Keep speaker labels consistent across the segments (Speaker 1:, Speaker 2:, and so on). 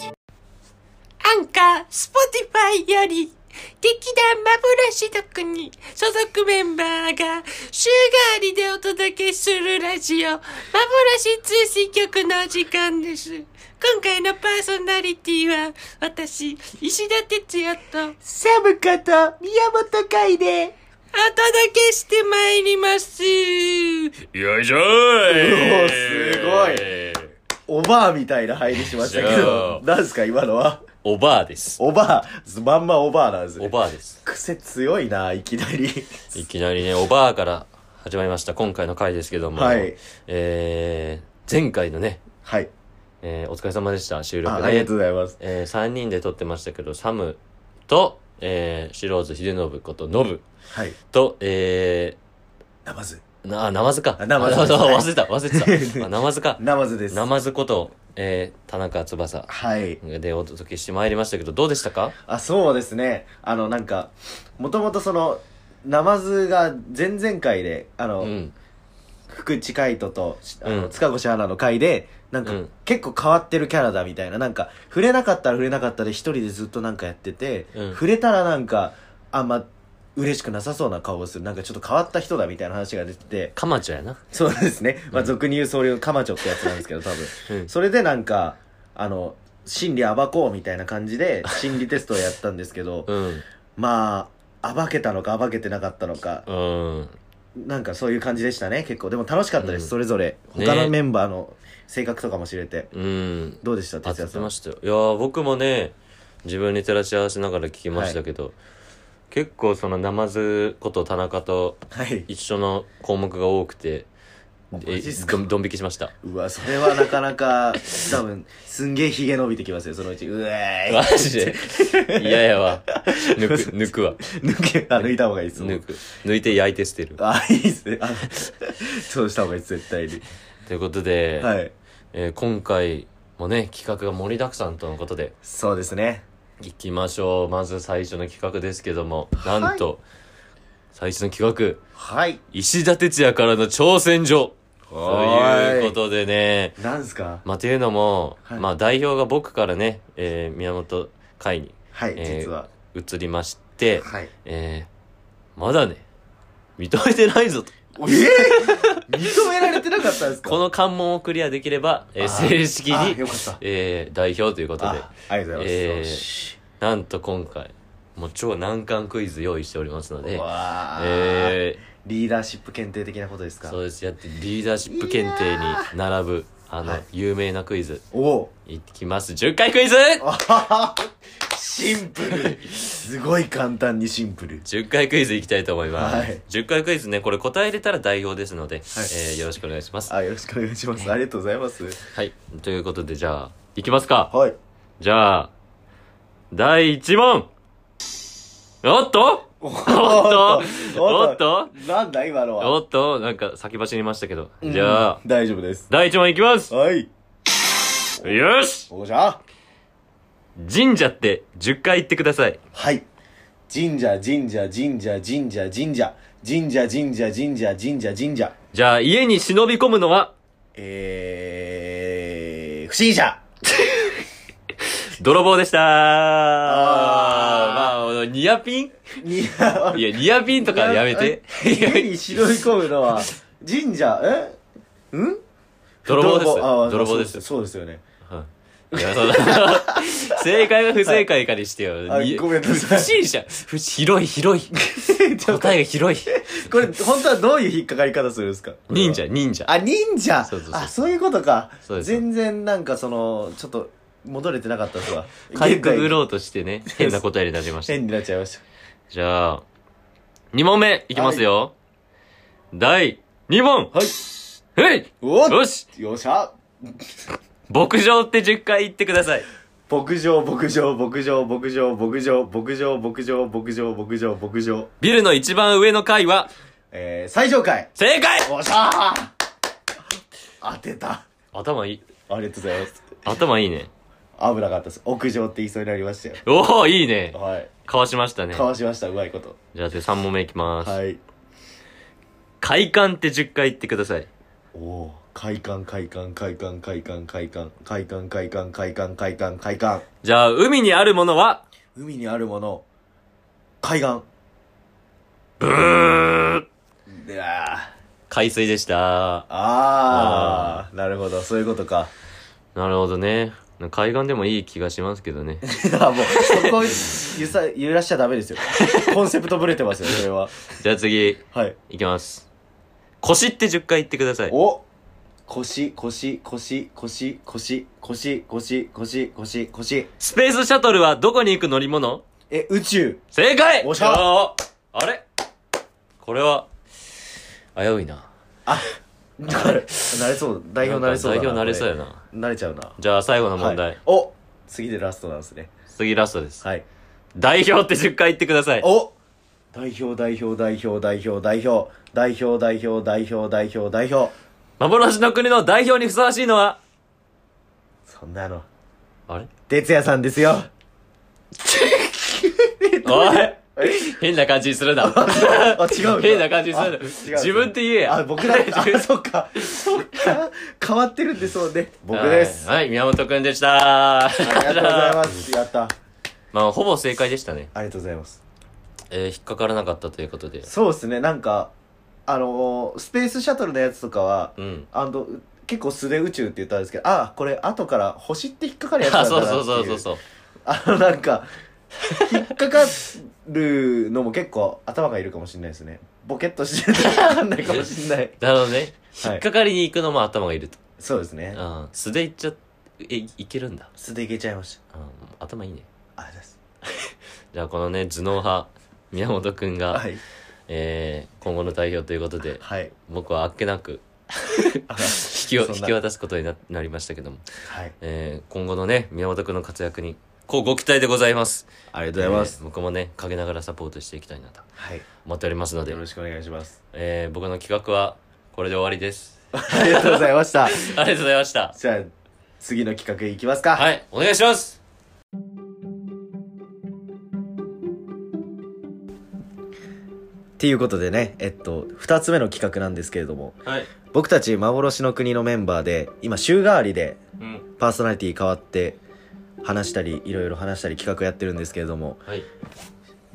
Speaker 1: アンカー、スポティファイより、劇団マブラシ族に所属メンバーが週替わりでお届けするラジオ、マブラシ通信局のお時間です。今回のパーソナリティは、私、石田哲也と、お届
Speaker 2: サムこと宮本海で。
Speaker 1: けしてまいります。
Speaker 3: よいしょ
Speaker 2: おーすごい
Speaker 3: ーす
Speaker 2: おばあみたいな入りしましたけど
Speaker 3: 違、う
Speaker 2: なんすか今のは。
Speaker 3: ごいおばあです。
Speaker 2: おばあ、まんまおばあなんです
Speaker 3: お
Speaker 2: ね。
Speaker 3: ばあです。
Speaker 2: 癖強いな、いきなり。
Speaker 3: いきなりね、おばあから始まりました、今回の回ですけども。
Speaker 2: はい
Speaker 3: えー、前回のね、
Speaker 2: はい
Speaker 3: えーお疲れ様でした、収
Speaker 2: あ。
Speaker 3: 録
Speaker 2: ありが
Speaker 3: で
Speaker 2: とう。ございます。
Speaker 3: えー、3人で撮ってましたけど、サムと、えー、白津秀信こと、ノブ
Speaker 2: はい。
Speaker 3: と、え
Speaker 2: ナマズ。
Speaker 3: ー、な、ナマズか。
Speaker 2: あナマズ
Speaker 3: あそう
Speaker 2: はい
Speaker 3: 忘れた、忘 れてた。あナマズか。
Speaker 2: ナマズです。
Speaker 3: ナマズこと、えー、田中翼
Speaker 2: はい。
Speaker 3: でお届けしてまいりましたけど、どうでしたか
Speaker 2: あ、そうですね。あの、なんか、もともとその、ナマズが前々回で、あの、
Speaker 3: うん。
Speaker 2: 福地海斗と、あ
Speaker 3: う
Speaker 2: の、
Speaker 3: ん
Speaker 2: 塚越アナの回で、なんか、
Speaker 3: うん
Speaker 2: 結構変わってるキャラだみたいな、なんか、触れなかったら触れなかったで一人でずっとなんかやってて、
Speaker 3: うん
Speaker 2: 触れたらなんか、あんま、嬉しくなさそうな顔をする。なんかちょっと変わった人だみたいな話が出てて、
Speaker 3: カマチョやな。
Speaker 2: そうですね。まあ、俗に言う総領のカマチョってやつなんですけど、多分。
Speaker 3: うん。
Speaker 2: それでなんか、あの、心理暴こうみたいな感じで、心理テストをやったんですけど、
Speaker 3: うん。
Speaker 2: まあ、暴けたのか暴けてなかったのか、
Speaker 3: うん。
Speaker 2: なんかそういう感じでしたね結構でも楽しかったです、
Speaker 3: うん
Speaker 2: それぞれ
Speaker 3: ね
Speaker 2: 他のメンバーの性格とかも知れて、
Speaker 3: うん。
Speaker 2: どうでした
Speaker 3: 当
Speaker 2: 哲
Speaker 3: て
Speaker 2: 也
Speaker 3: て
Speaker 2: さん
Speaker 3: ましたよ。いやー僕もね、自分に照らし合わせながら聞きましたけど、結構そのナマズこと田中と
Speaker 2: はい
Speaker 3: 一緒の項目が多くて、
Speaker 2: マジ
Speaker 3: え
Speaker 2: っすか
Speaker 3: どんドン引きしました。
Speaker 2: うわそれはなかなか 多分すんげえひげ伸びてきますよそのうちうえー
Speaker 3: マジで嫌やわ。抜 く、抜くわ。
Speaker 2: 抜けあ抜いた方がいいですも
Speaker 3: 抜
Speaker 2: ん
Speaker 3: く。抜いて焼いて捨てる。
Speaker 2: あいいっすねあそうした方がいいです絶対に
Speaker 3: ということで、
Speaker 2: はい
Speaker 3: えー今回もね、企画が盛りだくさんとのことで、
Speaker 2: そうですね
Speaker 3: いきましょう。まず最初の企画ですけども、なんと、最初の企画、
Speaker 2: はい
Speaker 3: 石田哲也からの挑戦状というこ
Speaker 2: は
Speaker 3: とでね、
Speaker 2: ーいなんすか
Speaker 3: まあ、というのも、
Speaker 2: はい
Speaker 3: まあ、代表が僕からね、えー宮本会に
Speaker 2: はい、
Speaker 3: えー
Speaker 2: 実は
Speaker 3: 移りまして、
Speaker 2: はい
Speaker 3: えーまだね、認めてないぞと。
Speaker 2: えー、 認められてなかったんですか
Speaker 3: この関門をクリアできれば、えー
Speaker 2: あー
Speaker 3: 正式
Speaker 2: あ
Speaker 3: に
Speaker 2: よ、かった
Speaker 3: えー代表ということで、
Speaker 2: あありがとうございます、
Speaker 3: えー
Speaker 2: よし
Speaker 3: なんと今回、もう超難関クイズ用意しておりますので、
Speaker 2: わあ
Speaker 3: えー
Speaker 2: リーダーシップ検定的なことですか
Speaker 3: そうです。やって、リーダーシップ検定に並ぶ、あの、
Speaker 2: はい
Speaker 3: 有名なクイズ、
Speaker 2: おお
Speaker 3: いきます。10回クイズ
Speaker 2: あははシンプルすごい簡単にシンプル
Speaker 3: !10 回クイズいきたいと思います。
Speaker 2: はい
Speaker 3: 10回クイズね、これ答え入れたら代表ですので、えーよろしくお願いします。
Speaker 2: あよろしくお願いしますありがとうございます
Speaker 3: はい。ということで、じゃあ、いきますか。
Speaker 2: はい
Speaker 3: じゃあ、第1問おっと
Speaker 2: おっ
Speaker 3: とおっと
Speaker 2: なんだ今のは
Speaker 3: おっとなんか先走りましたけど。
Speaker 2: うん
Speaker 3: じゃあ、
Speaker 2: 大丈夫です
Speaker 3: 第1問いきます
Speaker 2: はい
Speaker 3: よし
Speaker 2: おじゃ
Speaker 3: 神社って10回言ってください。
Speaker 2: はい神社神社神社神社神社神社神社神社神社神社
Speaker 3: じゃあ、家に忍び込むのは、
Speaker 2: えー不審 者
Speaker 3: 泥棒でしたー
Speaker 2: あ
Speaker 3: まあ、ニアピン
Speaker 2: にあ
Speaker 3: いや、ニアピンとかやめて。いや
Speaker 2: 家に忍び込むのは神社えん
Speaker 3: 泥棒です。
Speaker 2: あ
Speaker 3: 泥棒です。
Speaker 2: そうですよね
Speaker 3: いや、そうだ。 正解は不正解かにしてよ。
Speaker 2: あ
Speaker 3: に
Speaker 2: ごめんなさい
Speaker 3: 不審者。不広 い、広い。答えが広い。
Speaker 2: これ本当はどういう引っかかり方するんですか
Speaker 3: 忍者、忍者。
Speaker 2: あ忍者
Speaker 3: そうそうそう
Speaker 2: あそういうことか
Speaker 3: そうです
Speaker 2: 全然なんかそのちょっと戻れてなかったですわ
Speaker 3: 回復売
Speaker 2: う
Speaker 3: ろうとしてね、変な答えになりました。
Speaker 2: 変になっちゃいました
Speaker 3: じゃあ、2問目いきますよ。第2問
Speaker 2: はい
Speaker 3: はい
Speaker 2: おっ
Speaker 3: よし
Speaker 2: よっしゃ
Speaker 3: 牧場って10回言ってください。
Speaker 2: 牧場牧場牧場牧場牧場牧場牧場牧場牧場牧場
Speaker 3: ビルの一番上の階は、
Speaker 2: えー、最上階
Speaker 3: 正解
Speaker 2: おっしゃー当てた
Speaker 3: 頭いい、
Speaker 2: ありがとうございます
Speaker 3: 頭いいね。
Speaker 2: 危なかったです屋上って言いそうになりましたよ
Speaker 3: おおいいね
Speaker 2: はい
Speaker 3: かわしましたね。
Speaker 2: かわしましたうまいこと
Speaker 3: じゃあ、3問目いきます。
Speaker 2: はい
Speaker 3: 快感って10回言ってください。
Speaker 2: おお快感快感快感快感快感快感快感快感快感快感
Speaker 3: じゃあ、海にあるものは、
Speaker 2: 海にあるもの海岸ブーあ
Speaker 3: 海水でした。
Speaker 2: あーなるほどそういうこと か
Speaker 3: なるほどね。海岸でもいい気がしますけ どね。
Speaker 2: あもうそ こゆさ揺らしちゃダメですよコンセプトブレてますよそれは
Speaker 3: じゃあ次、
Speaker 2: はい
Speaker 3: いきます。腰って10回言ってください。
Speaker 2: お腰腰腰腰腰腰腰腰腰腰
Speaker 3: スペースシャトルはどこに行く乗り物
Speaker 2: え宇宙
Speaker 3: 正解
Speaker 2: おっしゃ
Speaker 3: あーあれこれは、危ういな。
Speaker 2: なれなれそう代表なれそうだ
Speaker 3: んか代表なれそうや
Speaker 2: な
Speaker 3: な。
Speaker 2: 慣れちゃうな
Speaker 3: じゃあ最後の問題。
Speaker 2: はい、お次でラストなんですね
Speaker 3: 次ラストです。
Speaker 2: はい
Speaker 3: 代表って10回言ってください。
Speaker 2: お代表代表代表代表代表代表代表代表代表代表
Speaker 3: 幻の国の代表にふさわしいのは、
Speaker 2: そんなの
Speaker 3: あれ
Speaker 2: 哲也さんですよ
Speaker 3: おい変な感じにするな。
Speaker 2: あ違う
Speaker 3: 変な感じにす
Speaker 2: あ
Speaker 3: る
Speaker 2: 違
Speaker 3: な。
Speaker 2: う
Speaker 3: 自分って言えや。
Speaker 2: あ 僕だあそっかそっか変わってるんでそうね僕ですあ
Speaker 3: はい、はい宮本くんでした。あり
Speaker 2: りがとうございますやった
Speaker 3: まあ、ほぼ正解でしたね。
Speaker 2: ありがとうございます
Speaker 3: えー、引っかからなかったということで。
Speaker 2: そうですねなんかあのースペースシャトルのやつとかは
Speaker 3: うん。
Speaker 2: あの結構素で宇宙って言ったんですけどあこれ後から星って引っかかるやつな
Speaker 3: あ、
Speaker 2: んだ
Speaker 3: そ
Speaker 2: なっ
Speaker 3: う
Speaker 2: てい
Speaker 3: そうそうそうそう。
Speaker 2: あのなんか引っかかるのも結構頭がいるかもしれないですねボケっとしてると分かんないかもしれない
Speaker 3: なるほどね。
Speaker 2: はい
Speaker 3: 引っかかりに行くのも頭がいると。
Speaker 2: そうですね
Speaker 3: うん。素で行っちゃ、え、いけるんだ。
Speaker 2: 素でいけちゃいまし
Speaker 3: うん。頭いいね。
Speaker 2: たあです
Speaker 3: じゃあ、このね、頭脳派、宮本くんが、
Speaker 2: はい
Speaker 3: えー、今後の代表ということで、
Speaker 2: はい
Speaker 3: 僕はあっけなく
Speaker 2: あ
Speaker 3: 引きを
Speaker 2: そん
Speaker 3: 引
Speaker 2: な
Speaker 3: き渡すことにななりましたけども、
Speaker 2: はい
Speaker 3: えー、今後のね、宮本くんの活躍に、こうご期待でございます。
Speaker 2: ありが
Speaker 3: えー僕もね、陰ながらサポートしていきたいなと
Speaker 2: はい
Speaker 3: 思っておりますので
Speaker 2: よ、ろしくお願いします
Speaker 3: えー、僕の企画はこれで終わりです。あ
Speaker 2: ありがとうございました
Speaker 3: りがとうございました。
Speaker 2: じゃあ次の企画いきますか
Speaker 3: はい、お願いします
Speaker 2: っていうことでねえっと2つ目の企画なんですけれども
Speaker 3: はい。
Speaker 2: 僕たち幻の国のメンバーで今週替わりで
Speaker 3: うん。
Speaker 2: パーソナリティ変わって話したりいろいろ話したり企画やってるんですけれども
Speaker 3: はい。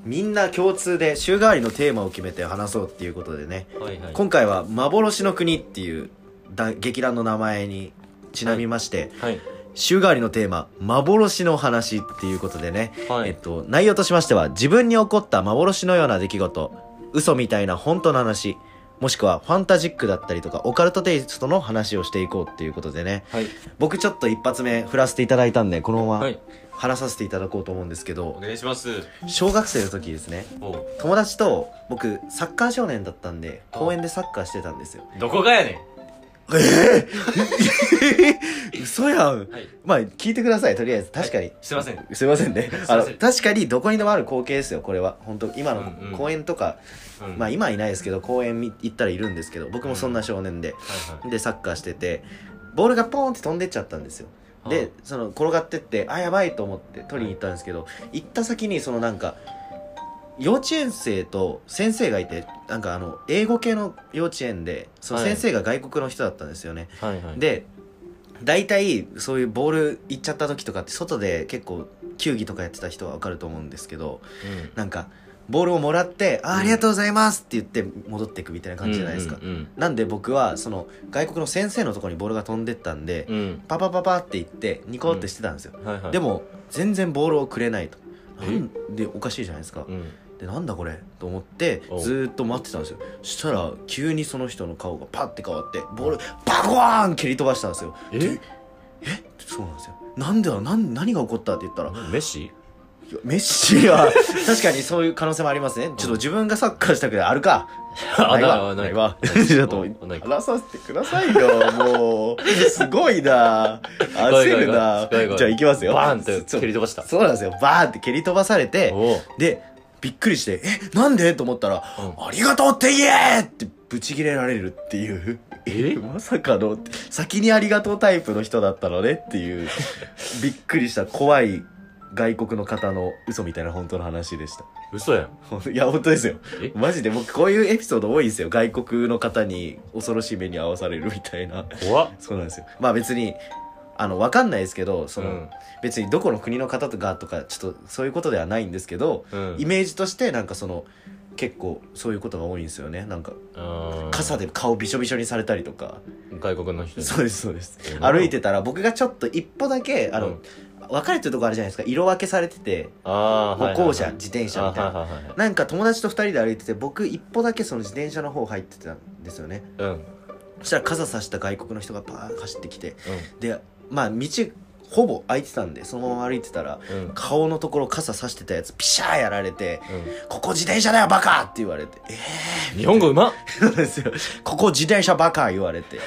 Speaker 2: みんな共通で週替わりのテーマを決めて話そうっていうことでね、
Speaker 3: はいはい。
Speaker 2: 今回は「幻の国」っていうだ劇団の名前にちなみまして、
Speaker 3: はい。
Speaker 2: 週替わりのテーマ「幻の話」っていうことでね、
Speaker 3: はい
Speaker 2: えっと、内容としましては自分に起こった幻のような出来事嘘みたいな本当の話もしくはファンタジックだったりとかオカルトテイストの話をしていこうっていうことでね
Speaker 3: はい。
Speaker 2: 僕ちょっと一発目振らせていただいたんでこのま
Speaker 3: は
Speaker 2: ま
Speaker 3: い。
Speaker 2: 話させていただこうと思うんですけど
Speaker 3: お願いします。
Speaker 2: 小学生の時ですね
Speaker 3: おう
Speaker 2: 友達と僕サッカー少年だったんで公園でサッカーしてたんですよ
Speaker 3: どこがやね
Speaker 2: 嘘やん
Speaker 3: ん。はい。
Speaker 2: まあ聞いてくださいとりあえず確かに、
Speaker 3: すいません。
Speaker 2: すいませんね
Speaker 3: ません
Speaker 2: あの確かにどこにでもある光景ですよこれは本当今
Speaker 3: うんうん
Speaker 2: の公園とか、
Speaker 3: うん
Speaker 2: まあ
Speaker 3: はい
Speaker 2: 今はいないですけど公園み行ったらいるんですけど僕もそんな少年で、
Speaker 3: は
Speaker 2: でサッカーしててボールがポーンって飛んでっちゃったんですよ
Speaker 3: い。
Speaker 2: でその転がってってあやばいと思って取りに行ったんですけど行った先にそのなんか幼稚園生と先生がいてなんかあの英語系の幼稚園でその
Speaker 3: はい
Speaker 2: 先生が外国の人だったんですよね、
Speaker 3: あ、はいはい。、
Speaker 2: で大体そういうボール行っちゃった時とかって外で結構球技とかやってた人は分かると思うんですけどなんかボールをもらって「あー
Speaker 3: うん
Speaker 2: ありがとうございます」って言って戻っていくみたいな感じじゃないですか、
Speaker 3: うんうん
Speaker 2: なんで僕はその外国の先生のところにボールが飛んでったんで、
Speaker 3: うん。
Speaker 2: パパパパって言ってニコってしてたんですよ、
Speaker 3: うん。はいはい。
Speaker 2: で、も全然ボールをくれないとな
Speaker 3: え
Speaker 2: んでおかしいじゃないですか
Speaker 3: うん。
Speaker 2: でなんだこれと思って
Speaker 3: おう
Speaker 2: ずーっと待ってたんですよそしたら急にその人の顔がパッて変わってボールバコーン蹴り飛ばしたんですよ
Speaker 3: え
Speaker 2: えそうなんですよなんだよなん何が起こったって言ったら
Speaker 3: メッシ
Speaker 2: いやメッシは確かにそういう可能性もありますねちょっと自分がサッカーしたくてあるか
Speaker 3: あ
Speaker 2: ない
Speaker 3: な
Speaker 2: わ
Speaker 3: い
Speaker 2: ない
Speaker 3: わ
Speaker 2: わちょっと
Speaker 3: ないか
Speaker 2: 話させてくださいよもうすごいな
Speaker 3: ごい
Speaker 2: 焦るな
Speaker 3: ごいごいごい
Speaker 2: じゃあ行きますよ
Speaker 3: バーンって
Speaker 2: そう
Speaker 3: 蹴り飛ばした
Speaker 2: そうなんですよバーンって蹴り飛ばされて
Speaker 3: おう
Speaker 2: でびっくりしてえなんでと思ったら「ありがとうって言え!」ってブチギレられるっていう
Speaker 3: え
Speaker 2: まさかの先にありがとうタイプの人だったのねっていうびっくりした怖い外国の方の嘘みたいな本当の話でした
Speaker 3: 嘘やん
Speaker 2: ほんいや本当ですよ
Speaker 3: え
Speaker 2: マジで僕こういうエピソード多いんですよ外国の方に恐ろしい目に遭わされるみたいな
Speaker 3: 怖っ
Speaker 2: そうなんですよまあ別にあのわかんないですけどその、別にどこの国の方とかとかちょっとそういうことではないんですけど
Speaker 3: うん
Speaker 2: イメージとしてなんかその結構そういうことが多いんですよねなんか
Speaker 3: うん
Speaker 2: 傘で顔びしょびしょにされたりとか、
Speaker 3: 外国の人に
Speaker 2: そうですそうです
Speaker 3: えー
Speaker 2: 歩いてたら僕がちょっと一歩だけあの、
Speaker 3: うん
Speaker 2: 分かれてるとこあるじゃないですか色分けされてて
Speaker 3: ああ
Speaker 2: 歩行者自転車みたいな
Speaker 3: はいはいはい
Speaker 2: なんか友達と2人で歩いてて僕一歩だけその自転車の方入ってたんですよね
Speaker 3: うんうん
Speaker 2: そしたら傘さした外国の人がバーン走ってきてでまあ道ほぼ空いてたんでそのまま歩いてたら
Speaker 3: うんうん
Speaker 2: 顔のところ傘さしてたやつピシャーやられて「ここ自転車だよバカ!」って言われて「え
Speaker 3: 日本語うまっ
Speaker 2: そうなんですよここ自転車バカ!」言われて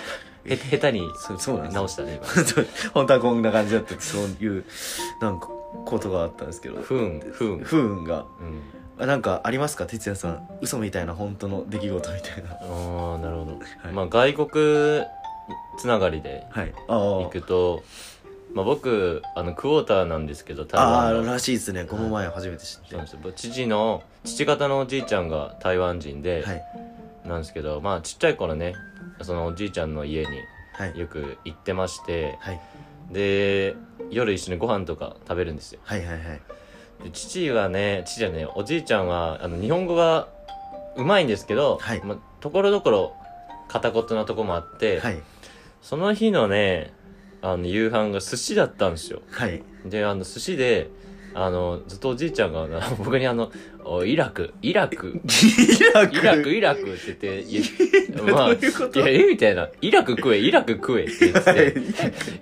Speaker 3: へ下手に
Speaker 2: そうそうなんですよ
Speaker 3: 直したね今
Speaker 2: 本当はこんな感じだったそういうなんかことがあったんですけど
Speaker 3: 不運不運
Speaker 2: 不運が
Speaker 3: うん
Speaker 2: あなんかありますか哲也さん嘘みたいな本当の出来事みたいな
Speaker 3: ああなるほど、
Speaker 2: はい
Speaker 3: まあ外国つながりで
Speaker 2: はい
Speaker 3: 行
Speaker 2: あ
Speaker 3: くとまあ僕あのクォーターなんですけど台
Speaker 2: ああ
Speaker 3: 湾
Speaker 2: ー
Speaker 3: の
Speaker 2: らしいですねこの前初めて知っ
Speaker 3: そ
Speaker 2: て
Speaker 3: うな
Speaker 2: は
Speaker 3: んですよ父の父方のおじいちゃんが台湾人で、
Speaker 2: い
Speaker 3: なんですけどまあちっちゃい頃ねそのおじいちゃんの家に
Speaker 2: はい
Speaker 3: よく行ってまして
Speaker 2: はい
Speaker 3: で夜一緒にご飯とか食べるんですよ
Speaker 2: はいはいはい
Speaker 3: で父はね父じゃねえおじいちゃんはあの日本語がうまいんですけど、
Speaker 2: はい
Speaker 3: まあ、ところどころ片言なとこもあって、
Speaker 2: はい
Speaker 3: その日のね、あの、夕飯が寿司だったんですよ。
Speaker 2: はい
Speaker 3: で、あの、寿司で、あの、ずっとおじいちゃんが、 な僕にあの、おイラク、イラク、
Speaker 2: イラ
Speaker 3: イラク、
Speaker 2: ク
Speaker 3: イラクっ て言って、いや
Speaker 2: どういうこと
Speaker 3: いや、えみたいな、イラク食え、イラク食えって言っ て
Speaker 2: はい
Speaker 3: て、い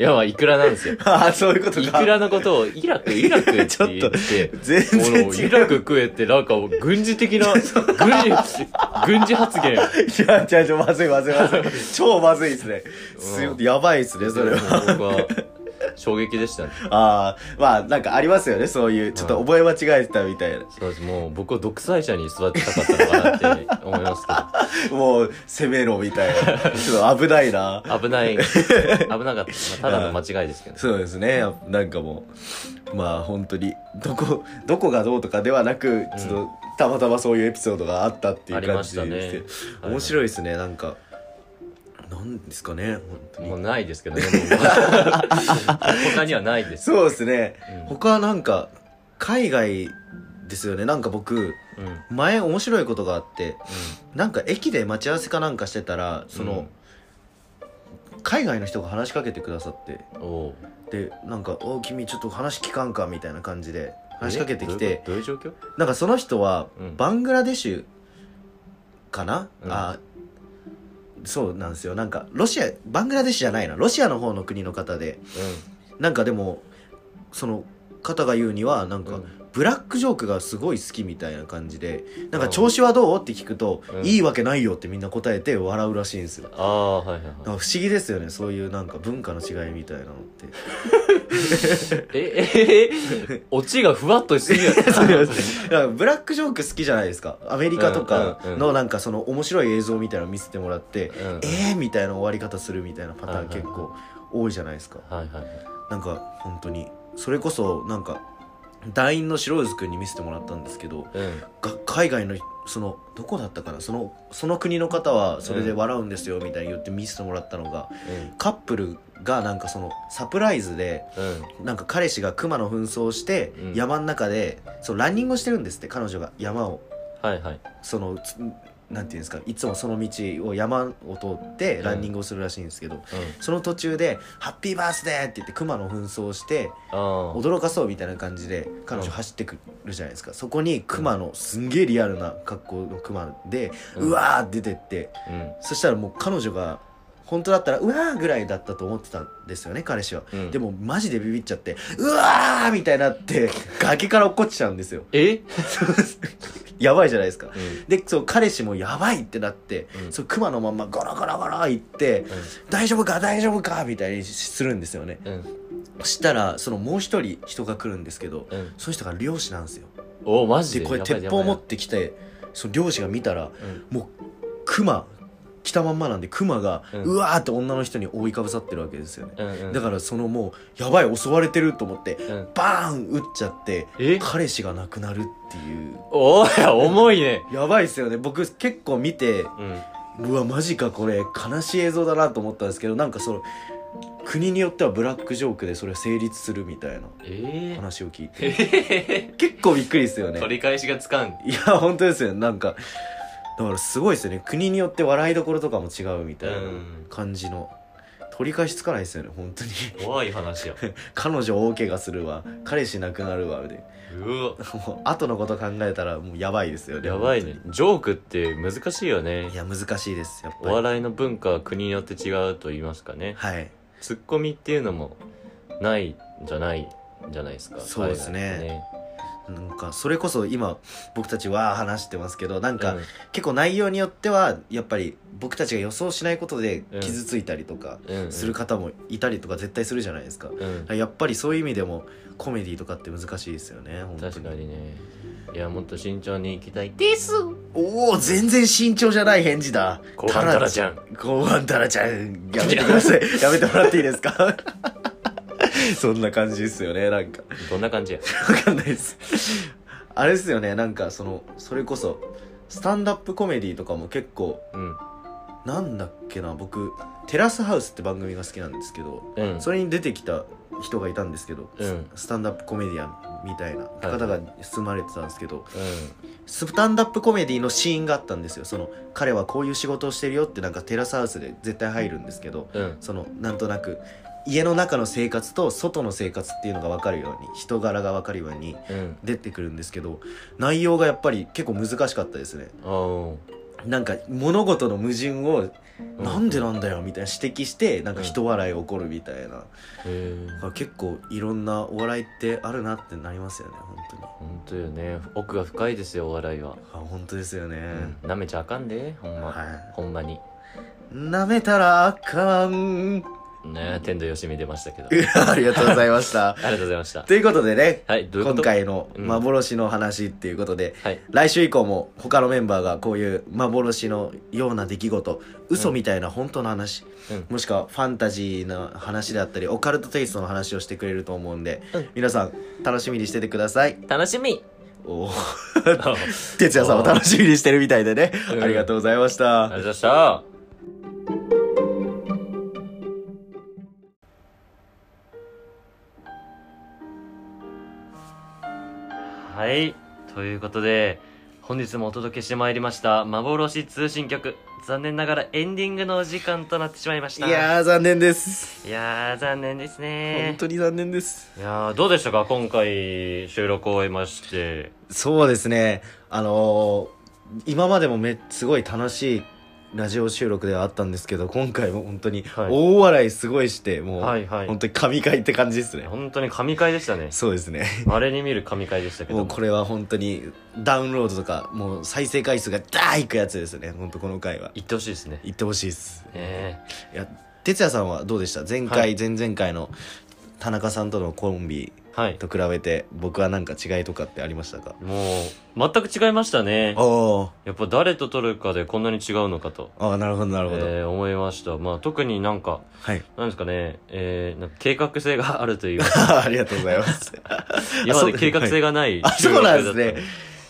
Speaker 3: や、まあ、イクラなんですよ。
Speaker 2: ああそういうこと
Speaker 3: イ
Speaker 2: か
Speaker 3: クラのことを、イラク、イラクって
Speaker 2: ちょっ
Speaker 3: 言
Speaker 2: と
Speaker 3: って、
Speaker 2: 全然
Speaker 3: お
Speaker 2: 違
Speaker 3: イ
Speaker 2: う
Speaker 3: ラク食えってなんかもう軍事的な、軍事、軍事発言。
Speaker 2: いや違う違うまずいまずいま ずい超まずいですね
Speaker 3: うん
Speaker 2: すやばいですねそれは
Speaker 3: 僕は、衝撃でしたね。
Speaker 2: ああまあなんかありますよねそういうちょっと覚え間違えてたみたいな、
Speaker 3: そうですもう僕は独裁者に育てたかったのかなって思いますけ
Speaker 2: もう攻めろみたい なちょっと危ないな
Speaker 3: ど危ない危なかった、まあ、ただの間違いですけど
Speaker 2: そうですねやっぱなんかもうまあ本当にどこどこがどうとかではなくちょっと、たまたまそういうエピソードがあったってい
Speaker 3: あ
Speaker 2: う
Speaker 3: り
Speaker 2: 感
Speaker 3: まし
Speaker 2: じ
Speaker 3: た
Speaker 2: で、
Speaker 3: ねはい
Speaker 2: 面白いですねなんかなんですかね本当
Speaker 3: もう
Speaker 2: に
Speaker 3: ないですけどねもう他にはないです
Speaker 2: そうですね
Speaker 3: うん
Speaker 2: 他なんか海外ですよねなんか僕
Speaker 3: うんうん
Speaker 2: 前面白いことがあってなんか駅で待ち合わせかなんかしてたらその、海外の人が話しかけてくださって
Speaker 3: うんおう
Speaker 2: でなんか「おう君ちょっと話聞かんか」みたいな感じで話しかけてき
Speaker 3: え
Speaker 2: て
Speaker 3: どういうことどういう
Speaker 2: なんかその人は
Speaker 3: うん
Speaker 2: バングラデシュかな、
Speaker 3: うん
Speaker 2: あそうなんですよなんかロシアバングラデシュじゃないなロシアの方の国の方で
Speaker 3: 状況
Speaker 2: なんかでもその方が言うにはなんか、
Speaker 3: うん
Speaker 2: ブラックジョークがすごい好きみたいな感じでなんか調子はどうって聞くと、
Speaker 3: うん
Speaker 2: いいわけないよってみんな答えて笑うらしいんですよ
Speaker 3: ああはいはい
Speaker 2: なん
Speaker 3: は
Speaker 2: か不思議ですよねそういうなんか文化の違いみたいなのって
Speaker 3: いえええオチがふわっとしすぎる
Speaker 2: だからブラックジョーク好きじゃないですかアメリカとか
Speaker 3: うんうんうん
Speaker 2: のなんかその面白い映像みたいなの見せてもらって、
Speaker 3: うん
Speaker 2: えーみたいな終わり方するみたいなパターン
Speaker 3: はいはい
Speaker 2: 結構多いじゃないですか
Speaker 3: はいはいはい
Speaker 2: なんか本当にそれこそなんか団員の白渦くんに見せてもらったんですけど
Speaker 3: うん
Speaker 2: が海外のそのどこだったかなそのその国の方はそれで笑うんですよみたいに言って見せてもらったのがカップルがなんかそのサプライズで
Speaker 3: うん
Speaker 2: なんか彼氏が熊の紛争をして
Speaker 3: うん
Speaker 2: 山の中で、そうランニングをしてるんですって彼女が山を
Speaker 3: はいはい
Speaker 2: そのつなんていうんですかいつもその道を山を通って
Speaker 3: うん
Speaker 2: ランニングをするらしいんですけど、その途中で「ハッピーバースデー!」って言って熊の紛争をして
Speaker 3: うんああ
Speaker 2: 驚かそうみたいな感じで彼
Speaker 3: うん
Speaker 2: 女走ってくるじゃないですかそこに熊のすんげえリアルな格好の熊で、
Speaker 3: うん
Speaker 2: うわーって出てって
Speaker 3: うん
Speaker 2: そしたらもう彼女が本当だったらうわーぐらいだったと思ってたんですよね彼氏は、
Speaker 3: うん
Speaker 2: でもマジでビビっちゃってうわーみたいになって崖から落っこちちゃうんですよ
Speaker 3: え
Speaker 2: やばいじゃないですか
Speaker 3: うん
Speaker 2: でそう彼氏もやばいってなって、
Speaker 3: うん
Speaker 2: そう熊のまんまゴロゴロゴロ行って「大丈夫か大丈夫か」みたいにするんですよね
Speaker 3: うん
Speaker 2: そしたらそのもう一人人が来るんですけど
Speaker 3: うん
Speaker 2: その人が漁師なんですよ
Speaker 3: おマ
Speaker 2: で
Speaker 3: ジで
Speaker 2: これ
Speaker 3: やばい
Speaker 2: 鉄砲持
Speaker 3: や
Speaker 2: っ
Speaker 3: ば
Speaker 2: てきてその漁師が見たら
Speaker 3: いうん
Speaker 2: もう熊来たまんまなんで熊が
Speaker 3: うん
Speaker 2: うわーって女の人に覆いかぶさってるわけですよね
Speaker 3: うんうん
Speaker 2: だからそのもうやばい襲われてると思って
Speaker 3: うん
Speaker 2: バーン撃っちゃって
Speaker 3: え
Speaker 2: 彼氏が亡くなるっていう
Speaker 3: おい重いね
Speaker 2: やばいっすよね僕結構見て
Speaker 3: うん
Speaker 2: うわマジかこれ悲しい映像だなと思ったんですけどなんかその国によってはブラックジョークでそれ成立するみたいな
Speaker 3: え
Speaker 2: 話を聞いて
Speaker 3: え
Speaker 2: 結構びっくりですよね
Speaker 3: 取り返しがつかん
Speaker 2: いや本当ですよねなんかだからすごいですよね国によって笑いどころとかも違うみたいな
Speaker 3: うん
Speaker 2: 感じの取り返しつかないですよね本当に
Speaker 3: 怖い話や
Speaker 2: 彼女大怪我するわ彼氏亡くなるわで
Speaker 3: うわ
Speaker 2: もう後のこと考えたらもうやばいですよね
Speaker 3: やばいねジョークって難しいよね
Speaker 2: 本当にいや難しいですやっ
Speaker 3: お
Speaker 2: ぱり
Speaker 3: 笑いの文化は国によって違うと言いますかね
Speaker 2: はい
Speaker 3: ツッコミっていうのもないんじゃないんじゃないですか
Speaker 2: そうですね
Speaker 3: 海外
Speaker 2: なんかそれこそ今僕たちは話してますけどなん
Speaker 3: だ
Speaker 2: か
Speaker 3: とね
Speaker 2: 結構内容によってはやっぱり僕たちが予想しないことで
Speaker 3: うん
Speaker 2: 傷ついたりとか
Speaker 3: うんうん
Speaker 2: する方もいたりとか絶対するじゃないですか
Speaker 3: うん
Speaker 2: やっぱりそういう意味でもコメディとかって難しいですよね本当
Speaker 3: 確かにねいやもっと慎重に行きたいです
Speaker 2: おお全然慎重じゃない返事だ
Speaker 3: 後半タラちゃん
Speaker 2: 後半タラちゃんやめてくだ さいやめてもらっていいですかそんな感じですよねなんか
Speaker 3: どんな感じや
Speaker 2: わかんないですあれですよねなんかそのそれこそスタンダップコメディとかも結構
Speaker 3: うん
Speaker 2: なんだっけな僕テラスハウスって番組が好きなんですけど
Speaker 3: うん
Speaker 2: それに出てきた人がいたんですけど、
Speaker 3: うん
Speaker 2: スタンダップコメディアンみたいな方が住まれてたんですけど、
Speaker 3: う
Speaker 2: スタンダップコメディのシーンがあったんですよその彼はこういう仕事をしてるよってなんかテラスハウスで絶対入るんですけど
Speaker 3: んうん
Speaker 2: そのなんとなく家の中の生活と外の生活っていうのが分かるように人柄が分かるように
Speaker 3: うん
Speaker 2: 出てくるんですけど内容がやっぱり結構難しかったですね
Speaker 3: お
Speaker 2: なんか物事の矛盾を
Speaker 3: う
Speaker 2: なんでなんだよみたいな指摘してなんか人笑い起こるみたいな
Speaker 3: へえ
Speaker 2: だから結構いろんなお笑いってあるなってなりますよね本当に
Speaker 3: 本当よね奥が深いですよお笑いは
Speaker 2: あ本当ですよね、
Speaker 3: なめちゃあかんでほんま
Speaker 2: はい
Speaker 3: ほんまに
Speaker 2: 舐めたらあかん。
Speaker 3: ね天童よしみ出ましたけどあ
Speaker 2: う
Speaker 3: り
Speaker 2: わありがとうございま した。
Speaker 3: がとうございました
Speaker 2: ということでね、
Speaker 3: はいどういうこ
Speaker 2: 今
Speaker 3: と
Speaker 2: 回の
Speaker 3: うん
Speaker 2: 幻の話っていうことで、
Speaker 3: はい
Speaker 2: 来週以降も他のメンバーがこういう幻のような出来事、嘘みたいな本当の話、
Speaker 3: うん
Speaker 2: もしくはファンタジーの話であったり、オカルトテイストの話をしてくれると思うんで、
Speaker 3: うん
Speaker 2: 皆さん楽しみにしててください。
Speaker 3: 楽 しみ
Speaker 2: おー
Speaker 3: ありがとう
Speaker 2: 哲也さんも楽しみにしてるみたいでね、
Speaker 3: うん
Speaker 2: ありがとうございました。
Speaker 3: ございましたはいということで本日もお届けしてまいりました幻通信局残念ながらエンディングのお時間となってしまいまし
Speaker 2: い
Speaker 3: た
Speaker 2: やー残念です。
Speaker 3: いやー残念です
Speaker 2: 本
Speaker 3: ね
Speaker 2: 当に残念です。
Speaker 3: いやーどうでしたか今回収録を終えまして
Speaker 2: そうですねあのー今までもめすごい楽しいラジオ収録ではあったんですけど今回も本当に
Speaker 3: はい
Speaker 2: 大笑いすごいして、もう、
Speaker 3: はいはい
Speaker 2: 本当に神回って感じです ね
Speaker 3: 本当に神回でしたね
Speaker 2: そうですね
Speaker 3: まれに見る神回でしたけど
Speaker 2: も
Speaker 3: も
Speaker 2: うこれは本当にダウンロードとかもう再生回数がダーいくやつですね本当この回は
Speaker 3: 言ってほしいですね
Speaker 2: 行ってほしいです
Speaker 3: え
Speaker 2: いや哲也さんはどうでした前
Speaker 3: は
Speaker 2: 回、前々回の田中さんとのコンビ
Speaker 3: ーはい
Speaker 2: と比べて僕はなんか違いとかってありましたか
Speaker 3: もう全く違いましたね
Speaker 2: あ
Speaker 3: やっぱ誰と撮るかでこんなに違うのかと、
Speaker 2: あああなるほどなるほど、
Speaker 3: えー思いましたまあ特になんか
Speaker 2: はい
Speaker 3: なんですかね、えー、なんか計画性があるという
Speaker 2: ありがとうござい ます。
Speaker 3: 今ま
Speaker 2: そう
Speaker 3: で計画性がない
Speaker 2: あ、そうなんです
Speaker 3: 収録だ
Speaker 2: ね
Speaker 3: った。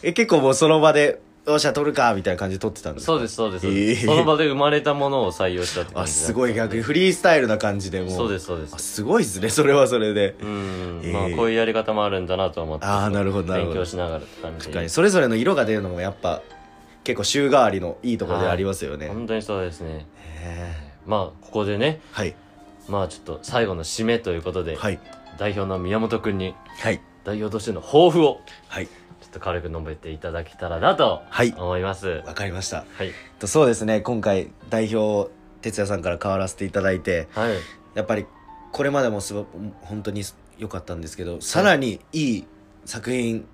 Speaker 2: え、結構もうその場で、よっしゃ、撮るか、みたいな感じで撮ってたんですか
Speaker 3: そうですそうです、
Speaker 2: えー
Speaker 3: その場で生まれたものを採用したって感
Speaker 2: あ、
Speaker 3: じ
Speaker 2: すごい逆に
Speaker 3: に
Speaker 2: フリースタイルな感じでもう。
Speaker 3: そうですそうです
Speaker 2: あ、すごいですね、それはそれで。
Speaker 3: うん、
Speaker 2: えー
Speaker 3: まあこういうやり方もあるんだなと思って
Speaker 2: ああ、なるほど、なる
Speaker 3: 勉
Speaker 2: ほ
Speaker 3: 強
Speaker 2: ど。
Speaker 3: しながらって感じ
Speaker 2: 確かに、それぞれの色が出るのもやっぱ、結構週替わりのいいところでありますよね。
Speaker 3: 本当にそうですね
Speaker 2: へ
Speaker 3: まあここでね
Speaker 2: ーはい、
Speaker 3: まあちょっと最後の締めということで、
Speaker 2: はい、
Speaker 3: 代表の宮本くんに
Speaker 2: はい、
Speaker 3: 代表としての抱負を
Speaker 2: はい、
Speaker 3: ちょっと軽く述べていただけたらなと
Speaker 2: はい
Speaker 3: 思います。
Speaker 2: わかりました。
Speaker 3: はい。
Speaker 2: とそうですね、今回代表、哲也さんから変わらせていただいて
Speaker 3: はい
Speaker 2: やっぱりこれまでもすご本当に良かったんですけどさらにいい作品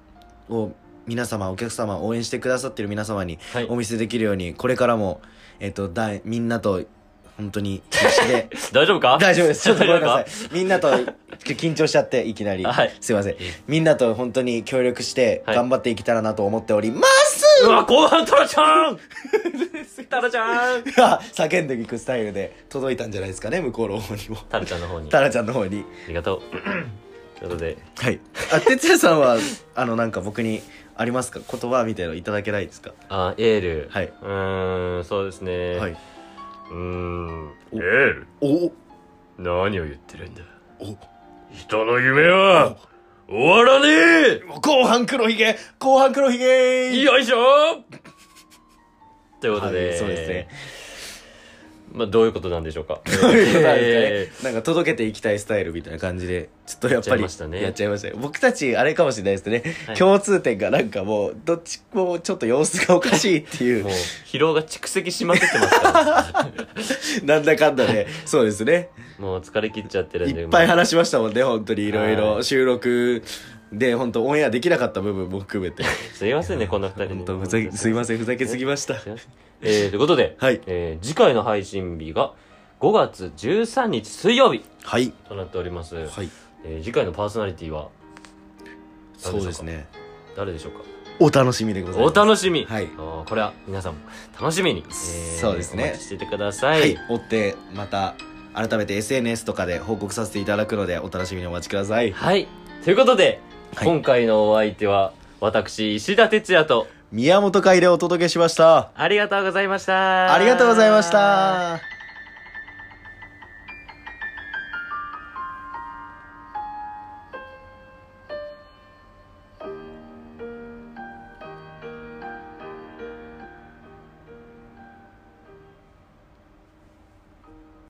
Speaker 2: を皆様お客様応援してくださってる皆様に
Speaker 3: はい
Speaker 2: お見せできるようにこれからも、えっとだいみんなと本当 に必死で
Speaker 3: 大丈夫か
Speaker 2: 大丈夫ですちょっとごめんなさい
Speaker 3: 大丈
Speaker 2: みんなと緊張しちゃっていきなり、
Speaker 3: はい
Speaker 2: すいません
Speaker 3: 夫か
Speaker 2: みんなと本当に協力して
Speaker 3: はい
Speaker 2: 頑張っていけたらなと思っております、
Speaker 3: うわ後半タラちゃん タラちゃん
Speaker 2: 叫んでいくスタイルで届いたんじゃないですかね向こうの方 にも
Speaker 3: タラちゃんの方に
Speaker 2: タ
Speaker 3: あ
Speaker 2: ラちゃんの方に
Speaker 3: り がとうということで
Speaker 2: はいあ哲也さんはあのなんか僕にありますか言葉みたいのいただけないですか
Speaker 3: あエール
Speaker 2: はいう
Speaker 3: ーんそうですね
Speaker 2: はい
Speaker 3: ーんエ
Speaker 2: お
Speaker 3: ール
Speaker 2: お
Speaker 3: 何を言ってるんだ
Speaker 2: お
Speaker 3: 人の夢は終わらね
Speaker 2: 後半黒ひげ後半黒ひげ
Speaker 3: えよいしょということで、
Speaker 2: はいそうですね
Speaker 3: まあどういうことなんでしょ うか
Speaker 2: そういうことなん
Speaker 3: え
Speaker 2: ですかねなんか届けていきたいスタイルみたいな感じでちょっとやっぱり
Speaker 3: やっちゃいましたね
Speaker 2: やっちゃいましたね僕たちあれかもしれないですね、
Speaker 3: はい
Speaker 2: 共通点がなんかもうどっちもちょっと様子がおかしいってい
Speaker 3: ー
Speaker 2: う
Speaker 3: もう疲労が蓄積しまくってます から
Speaker 2: なんだかんだで、そうですね
Speaker 3: もう疲れ切っちゃってるんで
Speaker 2: いっぱい
Speaker 3: もう
Speaker 2: 話しましたもんね本当にいろい
Speaker 3: は
Speaker 2: ろ
Speaker 3: い
Speaker 2: 収録で本当オンエアできなかった部分も含めて
Speaker 3: すいませんねこんな二人
Speaker 2: 本
Speaker 3: に
Speaker 2: 当ふざけすいませんふざけすぎました
Speaker 3: すいませんえー、ということで、
Speaker 2: はい
Speaker 3: えー次回の配信日が5月13日水曜日
Speaker 2: はい
Speaker 3: となっております、
Speaker 2: はい
Speaker 3: えー次回のパーソナリティは
Speaker 2: そうですね
Speaker 3: 誰でしょうか
Speaker 2: お楽しみでござい
Speaker 3: お
Speaker 2: ます
Speaker 3: 楽しみ、
Speaker 2: はい
Speaker 3: あーこれは皆さんも楽しみに、えー
Speaker 2: そうですね
Speaker 3: お待ちしててください、
Speaker 2: はい追ってまた改めて SNS とかで報告させていただくのでお楽しみにお待ちください
Speaker 3: はい。ということで、
Speaker 2: はい
Speaker 3: 今回のお相手は、私、石田哲也と、
Speaker 2: 宮本会でお届けしました
Speaker 3: ありがとうございました。
Speaker 2: ありがとうございました